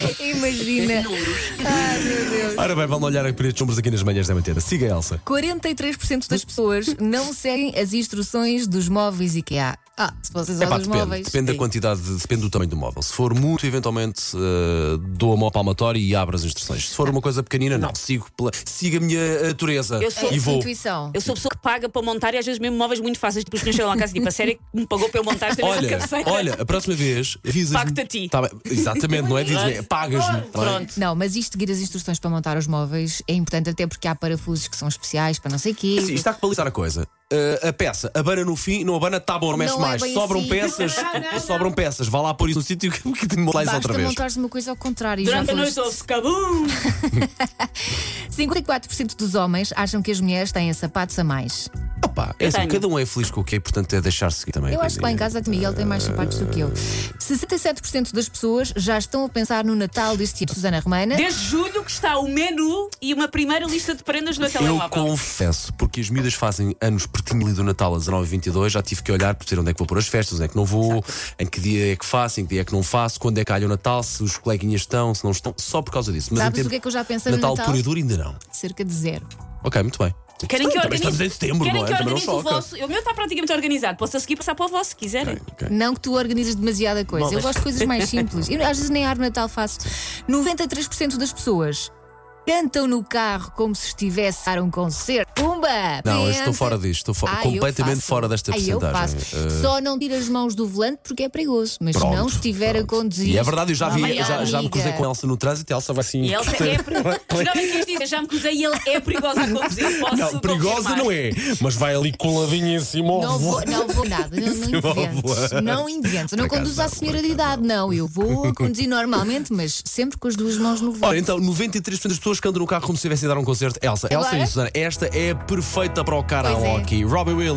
É. Imagina. Ai, meu Deus. Ora bem, vamos olhar para estes números aqui nas manhãs da manteira. Siga, Elsa. 43% das pessoas não seguem as instruções dos móveis IKEA. Ah, se vocês olham os depende. móveis. depende da sim. quantidade, de- depende do tamanho do móvel. Se for muito, eventualmente eh, dou a mão palmatória e abro as instruções. Se for uma coisa pequenina, não. Sigo, pela, sigo a minha eh, natureza Eu É sou- e vou. Intuição. Eu sou a pessoa que paga para montar e às vezes mesmo móveis muito fáceis, depois que chegam lá a casa e tipo, a série que me pagou para eu montar esta mesma Olha, cabeceira. olha, a próxima vez avisas. Pacto a ti. exatamente, não é? Dizes, é, pagas-me. não é? Pronto. Não, mas isto seguir as instruções para montar os móveis é importante, até porque há parafusos que são especiais para não sei o quê. Sim, está a equalizar a coisa. Eh, a peça abana no fim, não abana, tá bom, não mexe Não é mais. bem sobram assim. peças, sobram peças. Vá lá pôr isso no sítio que- que te molais outra Basta vez. montares uma coisa ao contrário. Durante já a noite foste. ouve-se cabum! 54% dos homens acham que as mulheres têm sapatos a mais. Opa, é assim, tenho. cada um é feliz com o que é, portanto é deixar seguir também. a Eu acho que lá em coisinha. casa a de Miguel tem mais sapatos do que eu. Ah. 67% das pessoas já estão a pensar no Natal deste ano. Susana Romana. Desde julho que está o menu e uma primeira lista de prendas um no Eu telemóvel. confesso, porque as miúdas fazem anos pertinho ali do Natal, a 19 e 22, já tive que olhar para ver onde é que vou pôr as festas, onde é que não vou, em que dia é que faço, em que dia é que não faço, quando é que calha o Natal, se os coleguinhas estão, se não estão, só por causa disso. Mas Sabes em o que é que eu já pensei no Natal, Natal? puro e duro ainda não. Cerca de zero. Ok, muito bem. Querem que eu Também organize, estamos em setembro, querem não é? que eu Também não organize o choca. vosso. O meu está praticamente organizado. Posso a seguir passar para o vosso, se quiserem. Ok. Não que tu organizes demasiada coisa. Eu Bolas. gosto de coisas mais simples. Eu, às vezes nem árvore de Natal faço. 93% das pessoas cantam no carro como se estivesse a um concerto. Pumba! Não, eu Penta. estou fora disto, estou fora- Ah, eu completamente faço. fora desta Ah, eu faço. porcentagem. Eh, Só não tira as mãos do volante porque é perigoso. Mas se pronto, não estiver a pronto. conduzir. E é verdade, eu já, vi, Amanhã, já, já me amiga. cruzei com a Elsa no trânsito e a Elsa vai assim. E ele é perigoso. Geralmente eles dizem, já me cruzei e ele é perigoso a conduzir. Posso Não, perigosa confirmar. não é, mas vai ali coladinha em cima ao Não vou, volante. não vou nada, não, não Isso é uma inventes. boa. Não inventes. Eu Não Por acaso conduzo à não, por senhora de acaso idade, não. Eu vou conduzir normalmente, mas sempre com as duas mãos no volante. Ora, então, 93% das pessoas que andam no carro como se estivessem a dar um concerto. Elsa, Elsa Agora? e Susana, esta é perfeita para o Pois é. karaoke. Robbie Williams.